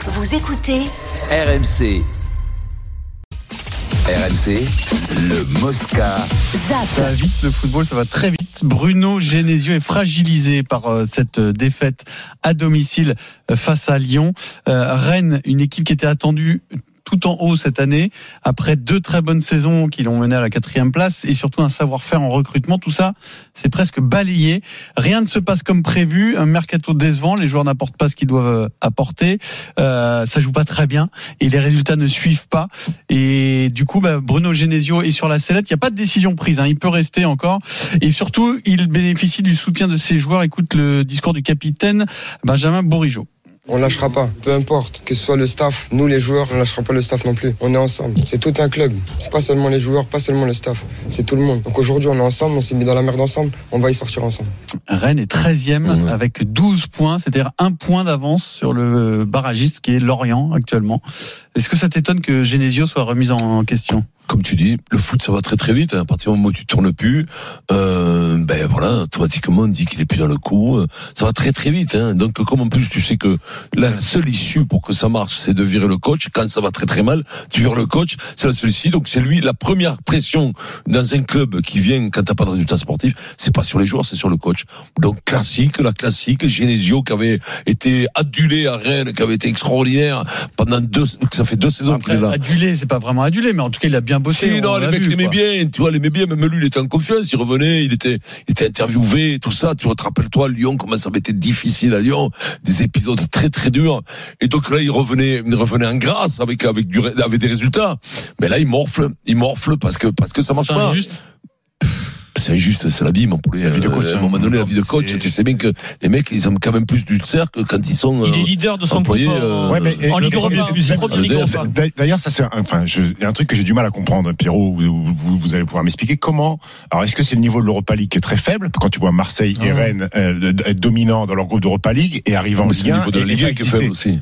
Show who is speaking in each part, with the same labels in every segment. Speaker 1: Vous écoutez
Speaker 2: RMC. RMC, le Mosca.
Speaker 1: ZAP.
Speaker 3: Ça va vite, le football, ça va très vite. Bruno Genesio est fragilisé par euh, cette euh, défaite à domicile euh, face à Lyon. Euh, Rennes, une équipe qui était attendue tout en haut cette année, après deux très bonnes saisons qui l'ont mené à la quatrième place et surtout un savoir-faire en recrutement, tout ça, c'est presque balayé. Rien ne se passe comme prévu, un mercato décevant, les joueurs n'apportent pas ce qu'ils doivent euh, apporter, euh, ça joue pas très bien et les résultats ne suivent pas. Et du coup, bah, Bruno Genesio est sur la sellette. Il n'y a pas de décision prise. hein. Il peut rester encore. Et surtout, il bénéficie du soutien de ses joueurs. Écoute le discours du capitaine Benjamin Bourigeau.
Speaker 4: On lâchera pas, peu importe, que ce soit le staff, nous les joueurs, on lâchera pas le staff non plus. On est ensemble. C'est tout un club. C'est pas seulement les joueurs, pas seulement le staff, c'est tout le monde. Donc aujourd'hui, on est ensemble, on s'est mis dans la merde ensemble, on va y sortir ensemble.
Speaker 3: Rennes est 13e
Speaker 5: Mmh.
Speaker 3: avec 12 points, c'est-à-dire un point d'avance sur le barragiste qui est Lorient actuellement. Est-ce que ça t'étonne que Genesio soit remis en question
Speaker 5: Comme tu dis, le foot, ça va très très vite. hein. À partir du moment où tu tournes plus, euh, ben voilà, automatiquement, on dit qu'il est plus dans le coup. Euh, Ça va très très vite. hein. Donc, comme en plus, tu sais que la seule issue pour que ça marche, c'est de virer le coach. Quand ça va très très mal, tu vires le coach. C'est la seule issue. Donc, c'est lui la première pression dans un club qui vient quand t'as pas de résultat sportif. C'est pas sur les joueurs, c'est sur le coach. Donc, classique, la classique. Genesio qui avait été adulé à Rennes, qui avait été extraordinaire pendant deux, ça fait deux saisons qu'il
Speaker 3: Après,
Speaker 5: est là.
Speaker 3: adulé, c'est pas vraiment adulé, mais en tout cas, il a bien bossé.
Speaker 5: Si,
Speaker 3: on
Speaker 5: non,
Speaker 3: l'a
Speaker 5: les mecs
Speaker 3: vu,
Speaker 5: l'aimaient
Speaker 3: quoi.
Speaker 5: bien, tu vois, l'aimaient bien, même lui, il était en confiance, il revenait, il était, il était interviewé, tout ça, tu vois, te rappelles-toi, Lyon, comment ça avait été difficile à Lyon, des épisodes très, très durs. Et donc là, il revenait, il revenait en grâce avec, avec du, ré- avec des résultats. Mais là, il morfle, il morfle parce que, parce que ça marche
Speaker 3: C'est
Speaker 5: pas.
Speaker 3: injuste.
Speaker 5: C'est injuste, c'est l'abîme, pour les,
Speaker 6: La vie de coach,
Speaker 5: à un
Speaker 6: hein.
Speaker 5: moment donné, la vie de coach,
Speaker 6: C'est-
Speaker 5: tu sais bien que les mecs, ils ont quand même plus d'ulcère que quand ils sont,
Speaker 6: Il est
Speaker 5: euh,
Speaker 6: leader de son
Speaker 5: employé,
Speaker 6: groupe
Speaker 7: hein.
Speaker 5: euh,
Speaker 6: en,
Speaker 5: Ouais, mais,
Speaker 6: en
Speaker 5: le
Speaker 6: Ligue
Speaker 5: premier
Speaker 6: Europa.
Speaker 5: fusil,
Speaker 6: Premier
Speaker 5: le
Speaker 6: Ligue
Speaker 5: DF.
Speaker 6: Europa. Enfin,
Speaker 8: D'a- D'ailleurs, ça c'est, un- enfin, je- il y a un truc que j'ai du mal à comprendre, Pierrot. Vous, vous, vous allez pouvoir m'expliquer comment. Alors, est-ce que c'est le niveau de l'Europa League qui est très faible quand tu vois Marseille et
Speaker 3: Ah.
Speaker 8: Rennes euh, de- de- être dominants dans leur groupe d'Europa League et arrivant en
Speaker 5: mais c'est
Speaker 8: Ligue
Speaker 5: le
Speaker 8: 1
Speaker 5: niveau de la
Speaker 8: et les
Speaker 5: Ligue
Speaker 8: pas
Speaker 5: un qui est faible
Speaker 8: exister
Speaker 5: aussi.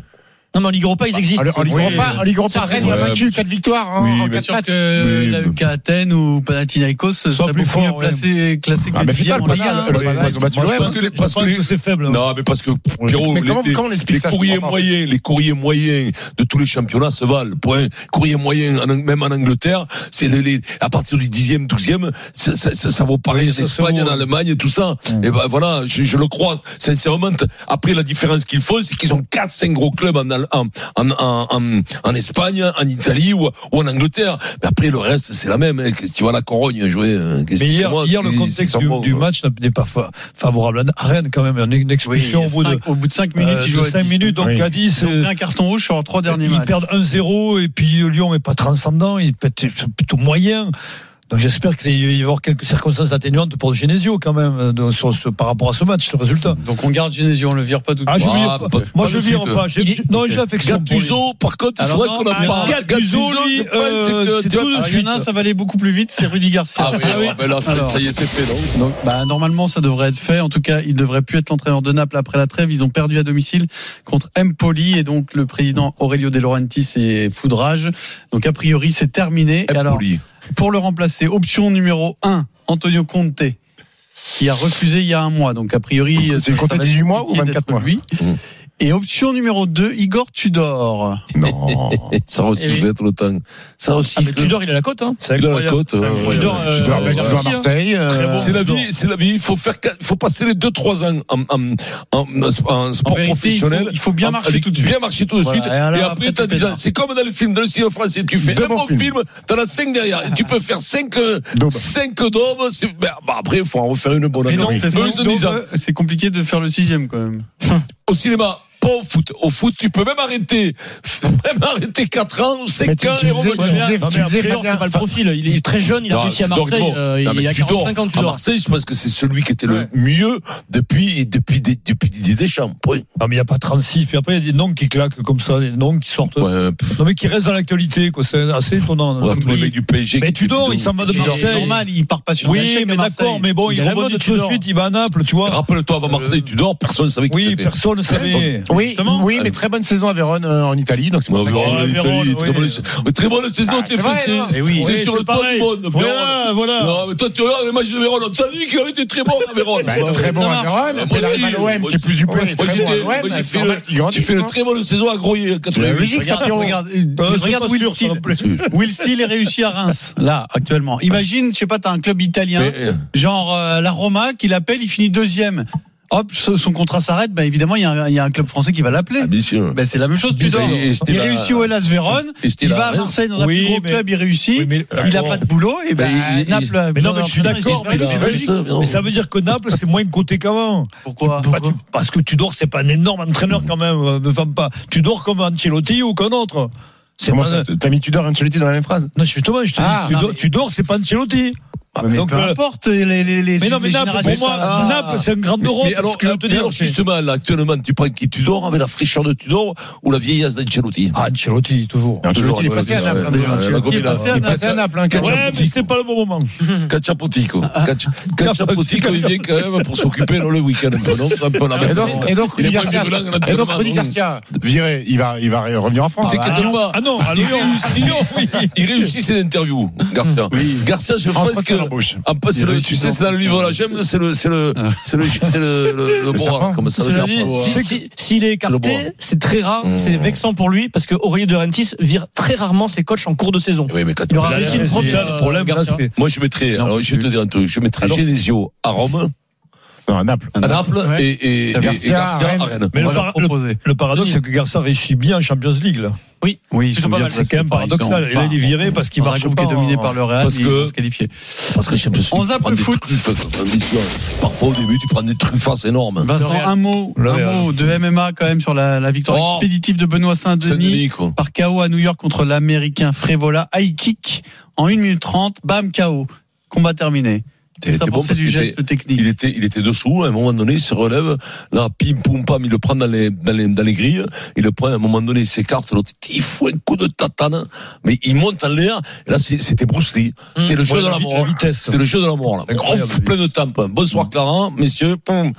Speaker 6: Non, mais en Ligue Europa,
Speaker 5: Ah,
Speaker 6: ils existent.
Speaker 8: En- En Ligue
Speaker 6: Oui.
Speaker 8: Europa, en Ligue Europa,
Speaker 6: Ça, c'est
Speaker 8: Rennes a
Speaker 5: vrai.
Speaker 8: vaincu 4 victoires en,
Speaker 5: Oui,
Speaker 8: en
Speaker 5: mais
Speaker 3: Bien
Speaker 8: 4
Speaker 3: sûr
Speaker 8: matchs.
Speaker 3: que
Speaker 5: Oui,
Speaker 3: la UK Athènes ou Panathinaikos serait
Speaker 6: plus
Speaker 3: beaucoup
Speaker 6: fort,
Speaker 3: mieux placé, classé que
Speaker 8: Ah, mais
Speaker 3: dixième
Speaker 8: final,
Speaker 3: en
Speaker 8: pas
Speaker 3: Ligue un,
Speaker 8: mal.
Speaker 3: hein.
Speaker 8: Le-
Speaker 5: parce
Speaker 8: ils ont battu
Speaker 5: que-
Speaker 8: l'OM.
Speaker 5: parce que les- parce que les-
Speaker 7: hein.
Speaker 5: Non, mais parce que Pierrot,
Speaker 8: Mais
Speaker 5: les-
Speaker 8: comment-
Speaker 5: les,
Speaker 8: comment on explique
Speaker 5: les
Speaker 8: ça, je
Speaker 5: courriers
Speaker 8: comprends pas.
Speaker 5: moyens, les courriers moyens de tous les championnats se valent. Point. Courrier moyen, en Ang- même en Angleterre, c'est les, les- à partir du 10e, 12e, ça, ça, ça, ça vaut pareil en Espagne, en Allemagne, tout ça.
Speaker 7: Mm.
Speaker 5: Et ben voilà, je, je le crois sincèrement. T- Après, la différence qu'ils font, c'est qu'ils ont quatre, cinq gros clubs en, Al- en, en, en, en- en Espagne, en Italie ou, ou en Angleterre. Mais après, le reste, c'est la même. hein. Qu'est-ce que Tu vois la Corogne jouer. hein. Qu'est-ce
Speaker 7: Mais
Speaker 5: que
Speaker 7: hier,
Speaker 5: moi,
Speaker 7: hier le
Speaker 5: ils- ils
Speaker 7: contexte
Speaker 5: sont
Speaker 7: du,
Speaker 5: bons,
Speaker 7: du
Speaker 5: hein.
Speaker 7: match n'est pas fa- favorable à Rennes quand même. Une
Speaker 3: Oui, il y
Speaker 7: expulsion
Speaker 3: a
Speaker 7: au bout de,
Speaker 3: cinq- au bout de 5 minutes, il joue à
Speaker 7: 5
Speaker 3: dix.
Speaker 7: minutes, donc
Speaker 8: Oui.
Speaker 7: à 10.
Speaker 3: Ils ont
Speaker 7: euh,
Speaker 3: pris un carton rouge sur leurs trois derniers
Speaker 7: ils
Speaker 3: matchs.
Speaker 7: perdent 1-0 et puis euh, Lyon est pas transcendant, il pète c'est plutôt moyen. Donc j'espère qu'il va y avoir quelques circonstances atténuantes pour Genesio quand même euh, dans- sur ce- par rapport à ce match, ce résultat.
Speaker 3: Donc on garde Genesio, on le vire pas tout de
Speaker 7: Ah, je
Speaker 3: suite.
Speaker 7: vire
Speaker 5: pas-
Speaker 7: pas.
Speaker 5: pas
Speaker 7: Moi
Speaker 5: de
Speaker 7: je
Speaker 5: suite,
Speaker 7: vire
Speaker 5: euh.
Speaker 7: pas. J'ai-
Speaker 6: Il est-
Speaker 7: Non, j'ai l'affection. pour lui.
Speaker 5: Gattuso, par contre, il
Speaker 3: Alors,
Speaker 5: faudrait
Speaker 3: non,
Speaker 5: qu'on en
Speaker 3: mais
Speaker 5: parle.
Speaker 7: Gattuso, lui,
Speaker 5: je pense
Speaker 7: euh,
Speaker 5: que
Speaker 7: c'est
Speaker 5: tu vois,
Speaker 7: tout de
Speaker 3: Alors, il y en a un,
Speaker 7: suite.
Speaker 3: ça va aller beaucoup plus vite, c'est Rudy Garcia.
Speaker 5: Ah oui,
Speaker 3: Ah oui.
Speaker 5: alors, ben là, ça,
Speaker 3: Alors.
Speaker 5: ça y est, c'est fait, non
Speaker 3: Donc, bah, normalement, ça devrait être fait. En tout cas, il devrait plus être l'entraîneur de Naples après la trêve. Ils ont perdu à domicile contre Empoli et donc le président Aurelio De Laurentiis est foudrage. Donc, a priori, c'est terminé. Et alors,
Speaker 5: Empoli.
Speaker 3: pour le remplacer, option numéro 1, Antonio Conte, qui a refusé il y a un mois. Donc, a priori,
Speaker 8: C'est
Speaker 3: ça
Speaker 8: Conte
Speaker 3: va être
Speaker 8: 18 mois ou
Speaker 3: compliqué
Speaker 8: 24
Speaker 3: d'être
Speaker 8: mois
Speaker 3: lui.
Speaker 5: Mmh.
Speaker 3: Et option numéro 2, Igor Tudor.
Speaker 8: Non.
Speaker 5: Et ça aussi,
Speaker 6: Eh
Speaker 5: je
Speaker 6: oui.
Speaker 5: vais être le temps. Ça aussi,
Speaker 6: Ah, mais Tudor, il a la cote, hein.
Speaker 5: c'est la côte.
Speaker 6: C'est
Speaker 5: euh,
Speaker 6: incroyable.
Speaker 5: ouais.
Speaker 6: Tudor, euh,
Speaker 8: Tu dois
Speaker 5: ouais.
Speaker 8: tu dois à
Speaker 6: Garcia.
Speaker 8: Marseille. euh,
Speaker 6: Très bon.
Speaker 5: C'est la
Speaker 6: Tudor.
Speaker 5: vie, c'est la vie. Il faut faire, quatre- faut passer les deux trois ans en, en, en, en
Speaker 3: En
Speaker 5: sport
Speaker 3: vérité, il faut,
Speaker 5: professionnel.
Speaker 3: il faut bien
Speaker 5: En-
Speaker 3: marcher
Speaker 5: avec-
Speaker 3: tout de suite.
Speaker 5: Bien marcher tout de
Speaker 3: Voilà,
Speaker 5: suite.
Speaker 3: et alors,
Speaker 5: et
Speaker 3: après,
Speaker 5: après, t'as
Speaker 3: tu
Speaker 5: des
Speaker 3: pèses.
Speaker 5: ans. C'est comme dans le film, dans le cinéma français. Tu fais
Speaker 8: Deux
Speaker 5: un
Speaker 8: bons
Speaker 5: bon
Speaker 8: films.
Speaker 5: film, t'en as cinq derrière. Et tu peux faire cinq, euh,
Speaker 8: Daube.
Speaker 5: cinq daubes. c'est- Ben, bah, après, il faut en refaire une bonne
Speaker 3: Mais
Speaker 5: année.
Speaker 3: non,
Speaker 5: Eux,
Speaker 3: c'est ça.
Speaker 5: ils ont dix ans.
Speaker 3: Donc, euh, c'est compliqué de faire le sixième quand même.
Speaker 5: Au cinéma. Pas au foot. Au foot, tu peux même arrêter, même arrêter 4 ans ou
Speaker 8: Mais
Speaker 5: 5
Speaker 8: tu-
Speaker 5: ans
Speaker 8: tu
Speaker 5: et
Speaker 8: faisais-
Speaker 5: revenir.
Speaker 8: tu faisais-
Speaker 6: Non,
Speaker 8: tu
Speaker 6: mais
Speaker 8: faisais
Speaker 6: Tudor,
Speaker 8: Fabien-
Speaker 6: c'est pas le profil. Il est très jeune, il a
Speaker 5: Non,
Speaker 6: réussi à
Speaker 5: Tudor,
Speaker 6: Marseille.
Speaker 5: bon.
Speaker 6: euh,
Speaker 5: Non, mais
Speaker 6: Il a
Speaker 5: Tudor,
Speaker 6: 45 ans,
Speaker 5: À
Speaker 6: Tudor.
Speaker 5: Marseille, je pense que c'est celui qui était le
Speaker 6: Ouais.
Speaker 5: mieux depuis, depuis, des- depuis Didier Deschamps. Oui.
Speaker 7: Non, mais il n'y a pas 36. Puis après, il y a des noms qui claquent comme ça, des noms qui sortent.
Speaker 5: Ouais, pff,
Speaker 7: Non, mais qui restent dans l'actualité, quoi. C'est assez étonnant.
Speaker 5: ouais, tous les mecs du PSG.
Speaker 7: Mais
Speaker 5: qui
Speaker 7: Tudor,
Speaker 5: étaient
Speaker 7: il s'en va de
Speaker 3: C'est
Speaker 7: Marseille.
Speaker 3: normal, il part pas sur un
Speaker 7: Oui,
Speaker 3: échec à
Speaker 7: mais d'accord,
Speaker 3: Marseille.
Speaker 7: mais bon, il,
Speaker 6: Il est à la
Speaker 7: rebondit
Speaker 6: mode,
Speaker 7: tout de
Speaker 6: Tudor.
Speaker 7: suite, il va à Naples, tu
Speaker 5: bons.
Speaker 7: vois.
Speaker 8: Euh,
Speaker 5: Rappelle-toi, avant Marseille, Tudor, personne ne savait qui
Speaker 7: Oui,
Speaker 5: c'était.
Speaker 7: personne ne savait.
Speaker 8: Oui,
Speaker 3: justement.
Speaker 8: oui, mais très bonne saison à Vérone euh, en Italie, donc c'est pour
Speaker 5: Ouais,
Speaker 8: ça
Speaker 5: Véron,
Speaker 8: que-
Speaker 6: ouais,
Speaker 5: l'Italie,
Speaker 6: Véron,
Speaker 5: très
Speaker 6: oui.
Speaker 5: bonne saison. Très bonne saison,
Speaker 8: Ah,
Speaker 5: t'es
Speaker 8: c'est vrai,
Speaker 5: fessé.
Speaker 8: non
Speaker 5: C'est
Speaker 8: Eh oui.
Speaker 6: Oui,
Speaker 5: sur
Speaker 6: c'est
Speaker 5: le top
Speaker 6: pareil.
Speaker 5: du monde, Véron.
Speaker 7: Ah,
Speaker 6: Voilà, voilà.
Speaker 5: Non, mais toi, tu regardes le match de Véron. On t'a dit qu'il avait été très bon à Véron.
Speaker 8: Bah,
Speaker 5: Voilà.
Speaker 8: très bon
Speaker 3: ça
Speaker 8: à Vérone, après il arrive à l'OM qui est plus du
Speaker 5: Ouais,
Speaker 8: et
Speaker 5: moi,
Speaker 8: très bon à
Speaker 5: j'étais-
Speaker 8: l'OM.
Speaker 5: moi, j'ai
Speaker 8: c'est
Speaker 5: fait
Speaker 8: normal qu'il
Speaker 5: le- Tu
Speaker 8: grandisse,
Speaker 5: fais une
Speaker 8: non
Speaker 5: très bonne saison à
Speaker 8: Bah
Speaker 5: Groyer, en 88.
Speaker 8: logique, ça,
Speaker 3: Regarde,
Speaker 8: Pierrot.
Speaker 3: regarde, euh,
Speaker 7: c'est
Speaker 3: regarde
Speaker 7: pas
Speaker 3: Will
Speaker 7: sûr, ça
Speaker 3: Steele.
Speaker 7: non plus.
Speaker 3: Will Steele est réussi à Reims, là, actuellement. Imagine, je sais pas, t'as un club italien,
Speaker 5: Mais, euh,
Speaker 3: genre euh, la Roma, qui l'appelle, il finit deuxième. Hop, ce- son contrat s'arrête, bah évidemment, il y, a un- il y a un club français qui va l'appeler.
Speaker 5: ah, bien sûr.
Speaker 3: Bah, c'est la même chose, tu
Speaker 5: Et
Speaker 3: dors.
Speaker 5: c'est- et c'était
Speaker 3: Il
Speaker 5: la-
Speaker 3: réussit au Hellas Vérone,
Speaker 5: Et c'était
Speaker 3: il
Speaker 5: la
Speaker 3: va à
Speaker 5: Reims.
Speaker 3: Marseille dans un
Speaker 7: Oui,
Speaker 3: plus gros
Speaker 7: mais-
Speaker 3: club, il réussit,
Speaker 7: Oui, mais-
Speaker 3: il a pas de boulot, et ben
Speaker 5: Mais il-
Speaker 3: Naples.
Speaker 7: Mais non, mais je suis
Speaker 3: Naples,
Speaker 7: d'accord,
Speaker 3: il se
Speaker 7: mais
Speaker 5: là,
Speaker 3: fait
Speaker 7: c'est
Speaker 5: là,
Speaker 3: mal.
Speaker 7: logique.
Speaker 5: ça, mais non.
Speaker 7: Mais ça veut dire que Naples, c'est moins coté qu'avant.
Speaker 3: Pourquoi
Speaker 7: Bah, tu- Parce que Tudor, c'est pas un énorme entraîneur quand même. euh, Me femme pas. Tudor comme Ancelotti ou qu'un autre. C'est
Speaker 8: Comment
Speaker 7: pas-
Speaker 8: ça, T'as mis Tudor et Ancelotti dans la même phrase
Speaker 7: Non, justement, je te
Speaker 8: Ah,
Speaker 7: dis,
Speaker 3: non,
Speaker 7: Tudor,
Speaker 3: mais-
Speaker 7: Tudor, c'est pas Ancelotti.
Speaker 3: Mais
Speaker 7: Donc,
Speaker 3: peu
Speaker 7: euh,
Speaker 3: importe les, les, les,
Speaker 7: mais non, mais
Speaker 3: les
Speaker 7: Naples,
Speaker 3: générations,
Speaker 7: pour moi,
Speaker 3: ça-
Speaker 7: Naples, c'est un grand
Speaker 5: Mais-
Speaker 7: Europe.
Speaker 5: mais alors, euh,
Speaker 7: ce que je veux te
Speaker 5: mais
Speaker 7: dire,
Speaker 5: alors,
Speaker 7: c'est-
Speaker 5: justement, là, actuellement, tu prends qui Tudor avec la fraîcheur de Tudor ou la vieillesse d'Ancelotti
Speaker 7: Ah, Ancelotti, toujours.
Speaker 8: Ancelotti, il est
Speaker 5: Toujours,
Speaker 8: passé à
Speaker 5: ouais,
Speaker 8: Naples.
Speaker 5: ouais, bah,
Speaker 8: hein,
Speaker 5: ouais,
Speaker 8: Ancelotti.
Speaker 5: ouais,
Speaker 8: Il est passé à-
Speaker 5: il est
Speaker 8: il est passé à Naples. hein, Kachin.
Speaker 7: Ouais, mais c'était pas le bon moment.
Speaker 5: Cachapotico. Cachapotico, il vient quand même pour s'occuper là, le week-end un peu, non C'est un peu la
Speaker 8: Et
Speaker 5: merde.
Speaker 8: donc- Et donc,
Speaker 5: Il
Speaker 8: Rudy
Speaker 5: est pas
Speaker 8: Garcia,
Speaker 5: violent, il a
Speaker 8: et donc,
Speaker 5: pas
Speaker 8: Rudy
Speaker 5: de
Speaker 8: Garcia, viré, il va, il va revenir en France.
Speaker 5: Tu sais, quelque part,
Speaker 7: Ah non, à Lyon,
Speaker 5: réussit.
Speaker 7: à Lyon, oui.
Speaker 5: il réussit ses interviews, Garcia. Garcia, je
Speaker 8: En
Speaker 5: pense que.
Speaker 8: l'embauche.
Speaker 5: En pas, c'est
Speaker 3: Il
Speaker 5: le,
Speaker 3: réussit
Speaker 5: tu sais,
Speaker 3: dans-
Speaker 5: c'est dans le livre La Gemme, c'est le, c'est le,
Speaker 3: Ah.
Speaker 5: c'est le, c'est le, le, le bois,
Speaker 8: serpent.
Speaker 5: comme ça, le
Speaker 6: Cela dit,
Speaker 5: serpent.
Speaker 6: si- si- S'il est
Speaker 5: C'est le
Speaker 6: écarté, c'est très rare,
Speaker 5: Mmh.
Speaker 6: c'est vexant pour lui parce que Aurélien de Rentis vire très rarement ses coachs en cours de saison.
Speaker 5: Oui, mais quand
Speaker 6: Il aura
Speaker 5: Là,
Speaker 6: réussi
Speaker 5: là,
Speaker 6: le
Speaker 5: c'est-
Speaker 6: problème.
Speaker 7: Là, le problème, là,
Speaker 6: Garcia.
Speaker 7: c'est.
Speaker 5: Moi, je mettrais,
Speaker 3: Non,
Speaker 5: alors, je vais te
Speaker 3: plus.
Speaker 5: dire un truc, je mettrais
Speaker 8: Alors-
Speaker 5: Genesio à Rome,
Speaker 8: Non, à Naples.
Speaker 5: à Naples,
Speaker 6: Ouais.
Speaker 5: et, et, et- et Garcia,
Speaker 8: Garcia, à
Speaker 5: à
Speaker 8: Rennes.
Speaker 5: Rennes.
Speaker 7: Mais
Speaker 3: on
Speaker 7: le,
Speaker 3: va leur
Speaker 7: par- le-
Speaker 3: proposer.
Speaker 7: le paradoxe, c'est que Garça réussit bien en Champions League, là.
Speaker 3: Oui,
Speaker 6: Plutôt pas mal,
Speaker 7: C'est quand même paradoxal. Et là, il est viré parce qu'il
Speaker 3: Qui
Speaker 7: marche
Speaker 3: qui
Speaker 7: pas. hein.
Speaker 3: est dominé par le Real,
Speaker 5: Parce
Speaker 3: ils
Speaker 5: que-
Speaker 3: vont se qualifier.
Speaker 5: Parce que je me suis
Speaker 3: On zappe
Speaker 5: prends
Speaker 3: le
Speaker 5: des
Speaker 3: foot.
Speaker 5: truffes, comme on dit, tu vois. Parfois, au début, tu prends des truffasses énormes.
Speaker 3: Vincent, un mot,
Speaker 7: Le
Speaker 3: un
Speaker 7: Real.
Speaker 3: mot de MMA quand même sur la, la victoire
Speaker 5: Oh.
Speaker 3: expéditive de Benoît Saint-Denis
Speaker 5: Saint-Denis, quoi.
Speaker 3: par KO à New York contre l'américain Frévola. High kick en 1 minute 30, bam KO. Combat terminé.
Speaker 5: Il
Speaker 3: Qu'est-ce que t'as
Speaker 5: était bon
Speaker 3: pensé
Speaker 5: parce
Speaker 3: du
Speaker 5: qu'il était-
Speaker 3: geste technique
Speaker 5: il était, il était dessous, à un moment donné, il se relève, là, pim, poum, pam, il le prend dans les, dans les, dans les grilles, il le prend, à un moment donné, il s'écarte, l'autre, il fout un coup de tatane, mais il monte en l'air, et là, c'est- c'était Bruce Lee.
Speaker 3: Mmh.
Speaker 6: Mm.
Speaker 5: C'était le jeu
Speaker 7: Ouais,
Speaker 5: de
Speaker 7: la
Speaker 5: la
Speaker 7: vi-
Speaker 5: mort. hein.
Speaker 7: la vitesse.
Speaker 5: C'était le jeu de la mort, là.
Speaker 7: Incroyable.
Speaker 5: Off, plein de tampons.
Speaker 3: Mmh.
Speaker 5: Bonsoir, Clarence, messieurs, poum.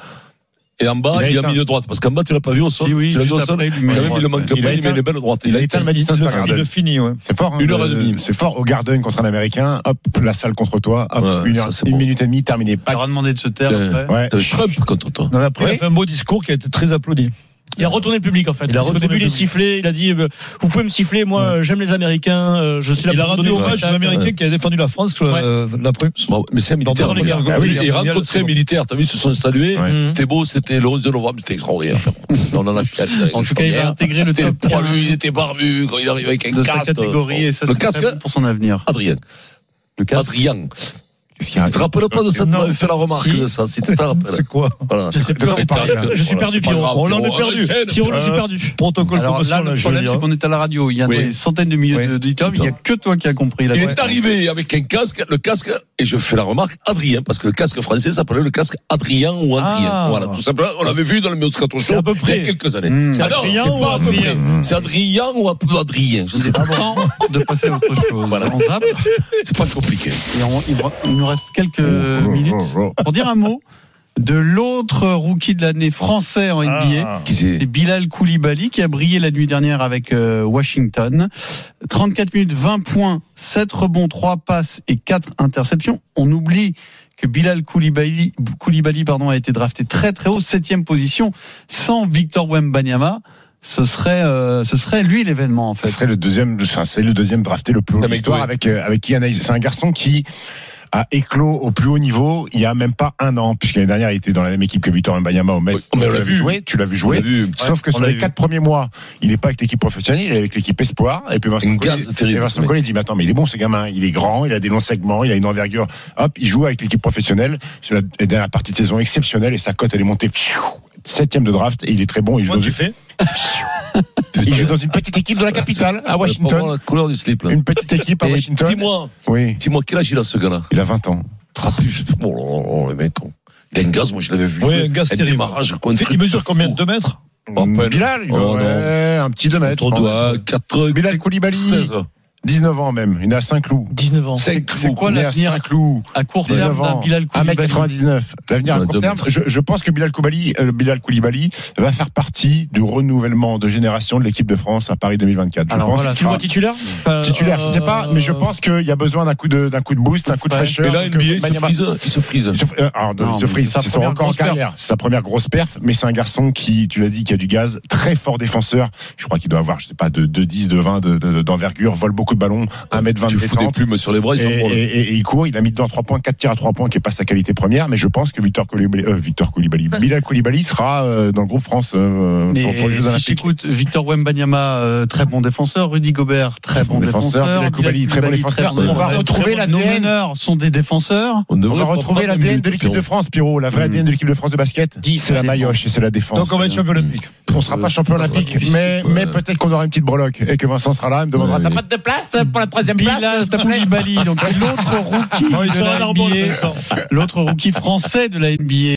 Speaker 5: Et en bas,
Speaker 8: Il a
Speaker 5: il, a
Speaker 8: éteint.
Speaker 5: mis de droite, parce qu'en bas, tu l'as pas vu au sol.
Speaker 3: Si, oui,
Speaker 5: tu l'as vu
Speaker 3: juste
Speaker 5: au sol.
Speaker 3: après, il lui met la
Speaker 5: Quand même, il
Speaker 3: droite.
Speaker 5: le manque
Speaker 8: Il
Speaker 5: pas,
Speaker 8: a
Speaker 5: il met
Speaker 8: éteint.
Speaker 5: les belles droites.
Speaker 8: Il a éteint le Madison
Speaker 7: Il
Speaker 8: Square
Speaker 7: le- il
Speaker 8: Garden.
Speaker 7: le finit, ouais.
Speaker 8: C'est fort. hein,
Speaker 5: Une heure et
Speaker 8: de-
Speaker 5: demie.
Speaker 8: C'est fort au Garden contre un Américain. Hop, la salle contre toi. Hop,
Speaker 5: Ouais,
Speaker 8: une
Speaker 5: ça,
Speaker 8: heure-
Speaker 5: c'est
Speaker 8: une
Speaker 5: bon.
Speaker 8: minute et demie, terminé. Pas-
Speaker 3: Il aura demandé de se taire
Speaker 5: Euh,
Speaker 3: après.
Speaker 8: Ouais.
Speaker 5: T'as Trump contre toi.
Speaker 7: Non, mais après,
Speaker 8: Oui.
Speaker 7: il a fait un beau discours qui a été très applaudi.
Speaker 6: Il a retourné le public en fait.
Speaker 7: Il a
Speaker 6: Parce qu'au
Speaker 7: retourné
Speaker 6: début,
Speaker 7: le
Speaker 6: il est
Speaker 7: public.
Speaker 6: sifflé, il a dit euh, Vous pouvez me siffler, moi euh, j'aime les Américains, euh, je suis là
Speaker 7: Il a
Speaker 6: pour vous
Speaker 7: rendu
Speaker 6: donner
Speaker 7: hommage à
Speaker 6: spectacle.
Speaker 7: l'Américain qui a défendu la France, euh, la première.
Speaker 5: Bon, mais c'est un militaire.
Speaker 7: Dans les
Speaker 5: voilà.
Speaker 7: guerres,
Speaker 5: Ah oui,
Speaker 7: les guerres
Speaker 5: ils
Speaker 7: mondiales,
Speaker 5: rencontraient
Speaker 7: c'est bon.
Speaker 5: militaires, t'as vu, ils se sont salués.
Speaker 8: Ouais.
Speaker 6: Mm.
Speaker 5: C'était beau, c'était le 11 de novembre, c'était extraordinaire. On en a quatre.
Speaker 3: En tout cas, il va intégrer le
Speaker 5: C'était le
Speaker 3: top 15
Speaker 5: poilu, il était barbu quand il arrive avec un
Speaker 3: de sa
Speaker 5: casque.
Speaker 3: catégorie et ça
Speaker 5: le
Speaker 3: c'est très
Speaker 5: casque,
Speaker 3: bon pour son avenir.
Speaker 5: Adrien.
Speaker 3: Le casque.
Speaker 5: Adrien.
Speaker 8: Qu'est-ce qu'il y
Speaker 5: Tu
Speaker 8: a
Speaker 5: te rappelles pas de ça Tu
Speaker 7: Non.
Speaker 5: m'avais fait la remarque
Speaker 6: Si.
Speaker 5: de ça, si tu te rappelles.
Speaker 7: C'est quoi
Speaker 5: Voilà.
Speaker 6: Je sais plus.
Speaker 5: Mais t'arrives,
Speaker 6: Je suis
Speaker 5: voilà,
Speaker 6: perdu,
Speaker 5: c'est pas
Speaker 6: Pierrot.
Speaker 5: grave,
Speaker 7: On l'en est
Speaker 5: Pierrot.
Speaker 7: perdu.
Speaker 5: Arrête.
Speaker 6: Pierrot, je suis
Speaker 7: Euh,
Speaker 6: perdu.
Speaker 7: Protocole
Speaker 3: Alors là,
Speaker 7: commotion, là,
Speaker 3: le
Speaker 7: je
Speaker 3: problème,
Speaker 7: veux
Speaker 3: c'est
Speaker 7: dire.
Speaker 3: qu'on est à la radio. Il y a
Speaker 5: hein. Oui.
Speaker 3: des centaines de milliers
Speaker 7: Oui.
Speaker 3: de d'auditeurs, mais il n'y a que toi qui as compris. Là,
Speaker 5: Il est arrivé avec un casque, le casque, et je fais la remarque, Adrien, parce que le casque français s'appelait le casque Adrien ou Adrien.
Speaker 7: Ah.
Speaker 5: Voilà, tout simplement, on l'avait vu dans le Moscato Show
Speaker 7: C'est à peu
Speaker 5: il y a
Speaker 7: près.
Speaker 5: quelques années.
Speaker 3: Mmh.
Speaker 5: C'est alors,
Speaker 7: Adrien
Speaker 5: c'est
Speaker 7: ou
Speaker 5: pas à peu près.
Speaker 7: Adrien
Speaker 5: C'est Adrien ou un peu Adrien, je sais
Speaker 3: C'est
Speaker 5: pas.
Speaker 3: pas temps de passer à autre chose.
Speaker 5: Voilà.
Speaker 3: On zappe
Speaker 5: C'est pas compliqué.
Speaker 3: et on- il, il nous reste quelques
Speaker 5: euh,
Speaker 8: Oh, oh,
Speaker 3: minutes
Speaker 8: oh, oh.
Speaker 3: pour dire un mot de l'autre rookie de l'année français en NBA.
Speaker 8: Ah.
Speaker 5: Qui c'est
Speaker 3: C'est Bilal Koulibaly qui a brillé la nuit dernière avec euh, Washington. 34 minutes, 20 points, 7 rebonds, 3 passes et 4 interceptions. On oublie que Bilal Koulibaly, Koulibaly pardon, a été drafté très très haut, 7 position. Sans Victor Wembanyama, ce serait, euh, ce serait lui l'événement en
Speaker 8: Ce
Speaker 3: fait.
Speaker 8: serait le deuxième, enfin, c'est le deuxième drafté le plus
Speaker 5: C'est
Speaker 8: haut de
Speaker 5: un mec
Speaker 8: l'histoire
Speaker 5: doué.
Speaker 8: avec, euh, avec qui Anaïs. C'est un garçon qui a éclos au plus haut niveau il y a même pas un an, puisque l'année dernière, il était dans la même équipe que Victor Mbayama au Metz.
Speaker 5: Oui, mais on
Speaker 8: Tu
Speaker 5: l'a
Speaker 8: l'as
Speaker 5: vu.
Speaker 8: jouer, tu l'as vu
Speaker 5: On l'a
Speaker 8: jouer.
Speaker 5: vu.
Speaker 8: Sauf que
Speaker 7: on
Speaker 8: sur
Speaker 7: l'a
Speaker 8: les
Speaker 7: vu.
Speaker 8: quatre premiers mois, il n'est pas avec l'équipe professionnelle, il est avec l'équipe espoir. Et puis Vincent
Speaker 5: Une
Speaker 8: Collet,
Speaker 5: gaze terrible,
Speaker 8: et Vincent
Speaker 5: ce
Speaker 8: Collet dit maintenant, mais il est bon ce gamin, il est grand, il a des longs segments, il a une envergure. Hop, il joue avec l'équipe professionnelle sur la la dernière partie de saison exceptionnelle et sa cote elle est montée. pfiou, Septième de draft et il est très bon. Il joue,
Speaker 7: Comment
Speaker 8: dans
Speaker 7: tu
Speaker 8: une,
Speaker 7: fais
Speaker 8: il joue dans une petite équipe de la capitale à
Speaker 5: Euh, Pour voir
Speaker 8: Washington.
Speaker 5: la couleur du slip, là.
Speaker 8: Une petite équipe à
Speaker 5: Hein. Et
Speaker 8: Washington.
Speaker 5: Dis-moi,
Speaker 8: Oui,
Speaker 5: dis-moi, quel âge il a ce gars-là
Speaker 8: il a 20 ans.
Speaker 5: Ah, plus, bon, oh, oh, le mec, oh. il a une gaz, moi je l'avais vu.
Speaker 7: Oui,
Speaker 5: jouer.
Speaker 7: un gaz terrible.
Speaker 5: démarrage, quoi, un truc
Speaker 7: Il mesure
Speaker 5: de
Speaker 7: combien
Speaker 5: fou.
Speaker 7: de mètres
Speaker 5: Oh, à peine.
Speaker 8: Mm. Bilal, il
Speaker 5: Oh,
Speaker 8: doit-
Speaker 5: non.
Speaker 8: ouais, un petit 2 mètres.
Speaker 5: Entre
Speaker 8: je pense.
Speaker 5: deux, à quatre,
Speaker 8: Bilal Koulibaly,
Speaker 5: 16.
Speaker 8: 19 ans même. Il est à Saint-Cloud.
Speaker 7: 19 ans.
Speaker 5: C'est
Speaker 3: c'est quoi
Speaker 8: Il est à
Speaker 3: l'avenir
Speaker 8: Saint-Cloud.
Speaker 3: à court
Speaker 8: 19
Speaker 3: terme d'un
Speaker 8: ans.
Speaker 3: Bilal Koulibaly
Speaker 8: 1m99. L'avenir à
Speaker 5: Ouais,
Speaker 8: court
Speaker 5: deux
Speaker 8: terme.
Speaker 5: mètres.
Speaker 8: Je, je pense que Bilal Koulibaly, euh, Bilal Koulibaly va faire partie du renouvellement de génération de l'équipe de France à Paris 2024. Je
Speaker 3: Alors
Speaker 8: pense
Speaker 3: voilà,
Speaker 8: qu'il
Speaker 6: Tu le
Speaker 8: sera
Speaker 6: vois titulaire Enfin,
Speaker 8: titulaire. Je ne sais pas, mais je
Speaker 6: euh,
Speaker 8: pense qu'il y a besoin d'un coup de, d'un coup de boost, d'un coup de
Speaker 3: Ouais.
Speaker 8: fraîcheur. euh,
Speaker 5: Mais là,
Speaker 8: que
Speaker 5: NBA, il se
Speaker 8: Wembanyama-
Speaker 5: frise. Il se frise.
Speaker 8: Il se- euh, alors,
Speaker 3: Non,
Speaker 8: il se
Speaker 3: mais
Speaker 8: frise,
Speaker 3: c'est sa
Speaker 8: c'est son
Speaker 3: première
Speaker 8: record en
Speaker 3: grosse perf.
Speaker 8: carrière. C'est sa première grosse perf, mais c'est un garçon qui, tu l'as dit, qui a du gaz, très fort défenseur. Je crois qu'il doit avoir, je sais pas, de, de 10, de 20 de- de- de- d'envergure, vole beaucoup de ballons, 1m20
Speaker 5: Tu
Speaker 8: de
Speaker 5: fous des
Speaker 8: défense.
Speaker 5: plumes sur les bras, il
Speaker 8: Et,
Speaker 5: s'en branle.
Speaker 8: et- et- et il court, il a mis dedans 3 points, 4 tirs à 3 points, qui est pas sa qualité première, mais je pense que Victor Koulibaly, euh, Victor Koulibaly, Bilal Koulibaly sera euh, dans le groupe France euh,
Speaker 3: Mais
Speaker 8: pour, pour les Jeux
Speaker 3: si
Speaker 8: Olympiques.
Speaker 3: j'écoute Victor Wembanyama, euh, très bon défenseur, Rudy Gobert, très bon défenseur,
Speaker 8: Bilal Koulibaly, très bon défenseur. On va
Speaker 3: très
Speaker 8: retrouver
Speaker 3: bon-
Speaker 8: l'ADN.
Speaker 3: Nos meneurs sont des défenseurs.
Speaker 8: On va retrouver l'ADN de l'équipe de France, Pierrot. La vraie
Speaker 3: Mm.
Speaker 8: ADN de l'équipe de France de basket, c'est la maillotche et c'est la défense.
Speaker 7: Donc on va être champion
Speaker 5: Mm.
Speaker 7: olympique.
Speaker 8: On ne sera pas
Speaker 5: Euh,
Speaker 8: champion
Speaker 5: ça sera
Speaker 8: olympique,
Speaker 5: difficile,
Speaker 8: mais,
Speaker 5: ouais.
Speaker 8: mais peut-être qu'on aura une petite breloque et que Vincent sera là, il me demandera
Speaker 5: Ouais.
Speaker 8: T'as pas de place pour la troisième place
Speaker 3: Bilal
Speaker 8: s'il te plaît
Speaker 3: Koulibaly, donc l'autre rookie
Speaker 7: Non, il
Speaker 3: de
Speaker 7: sera
Speaker 3: la
Speaker 7: dans le bon
Speaker 3: NBA, l'autre rookie français de la NBA.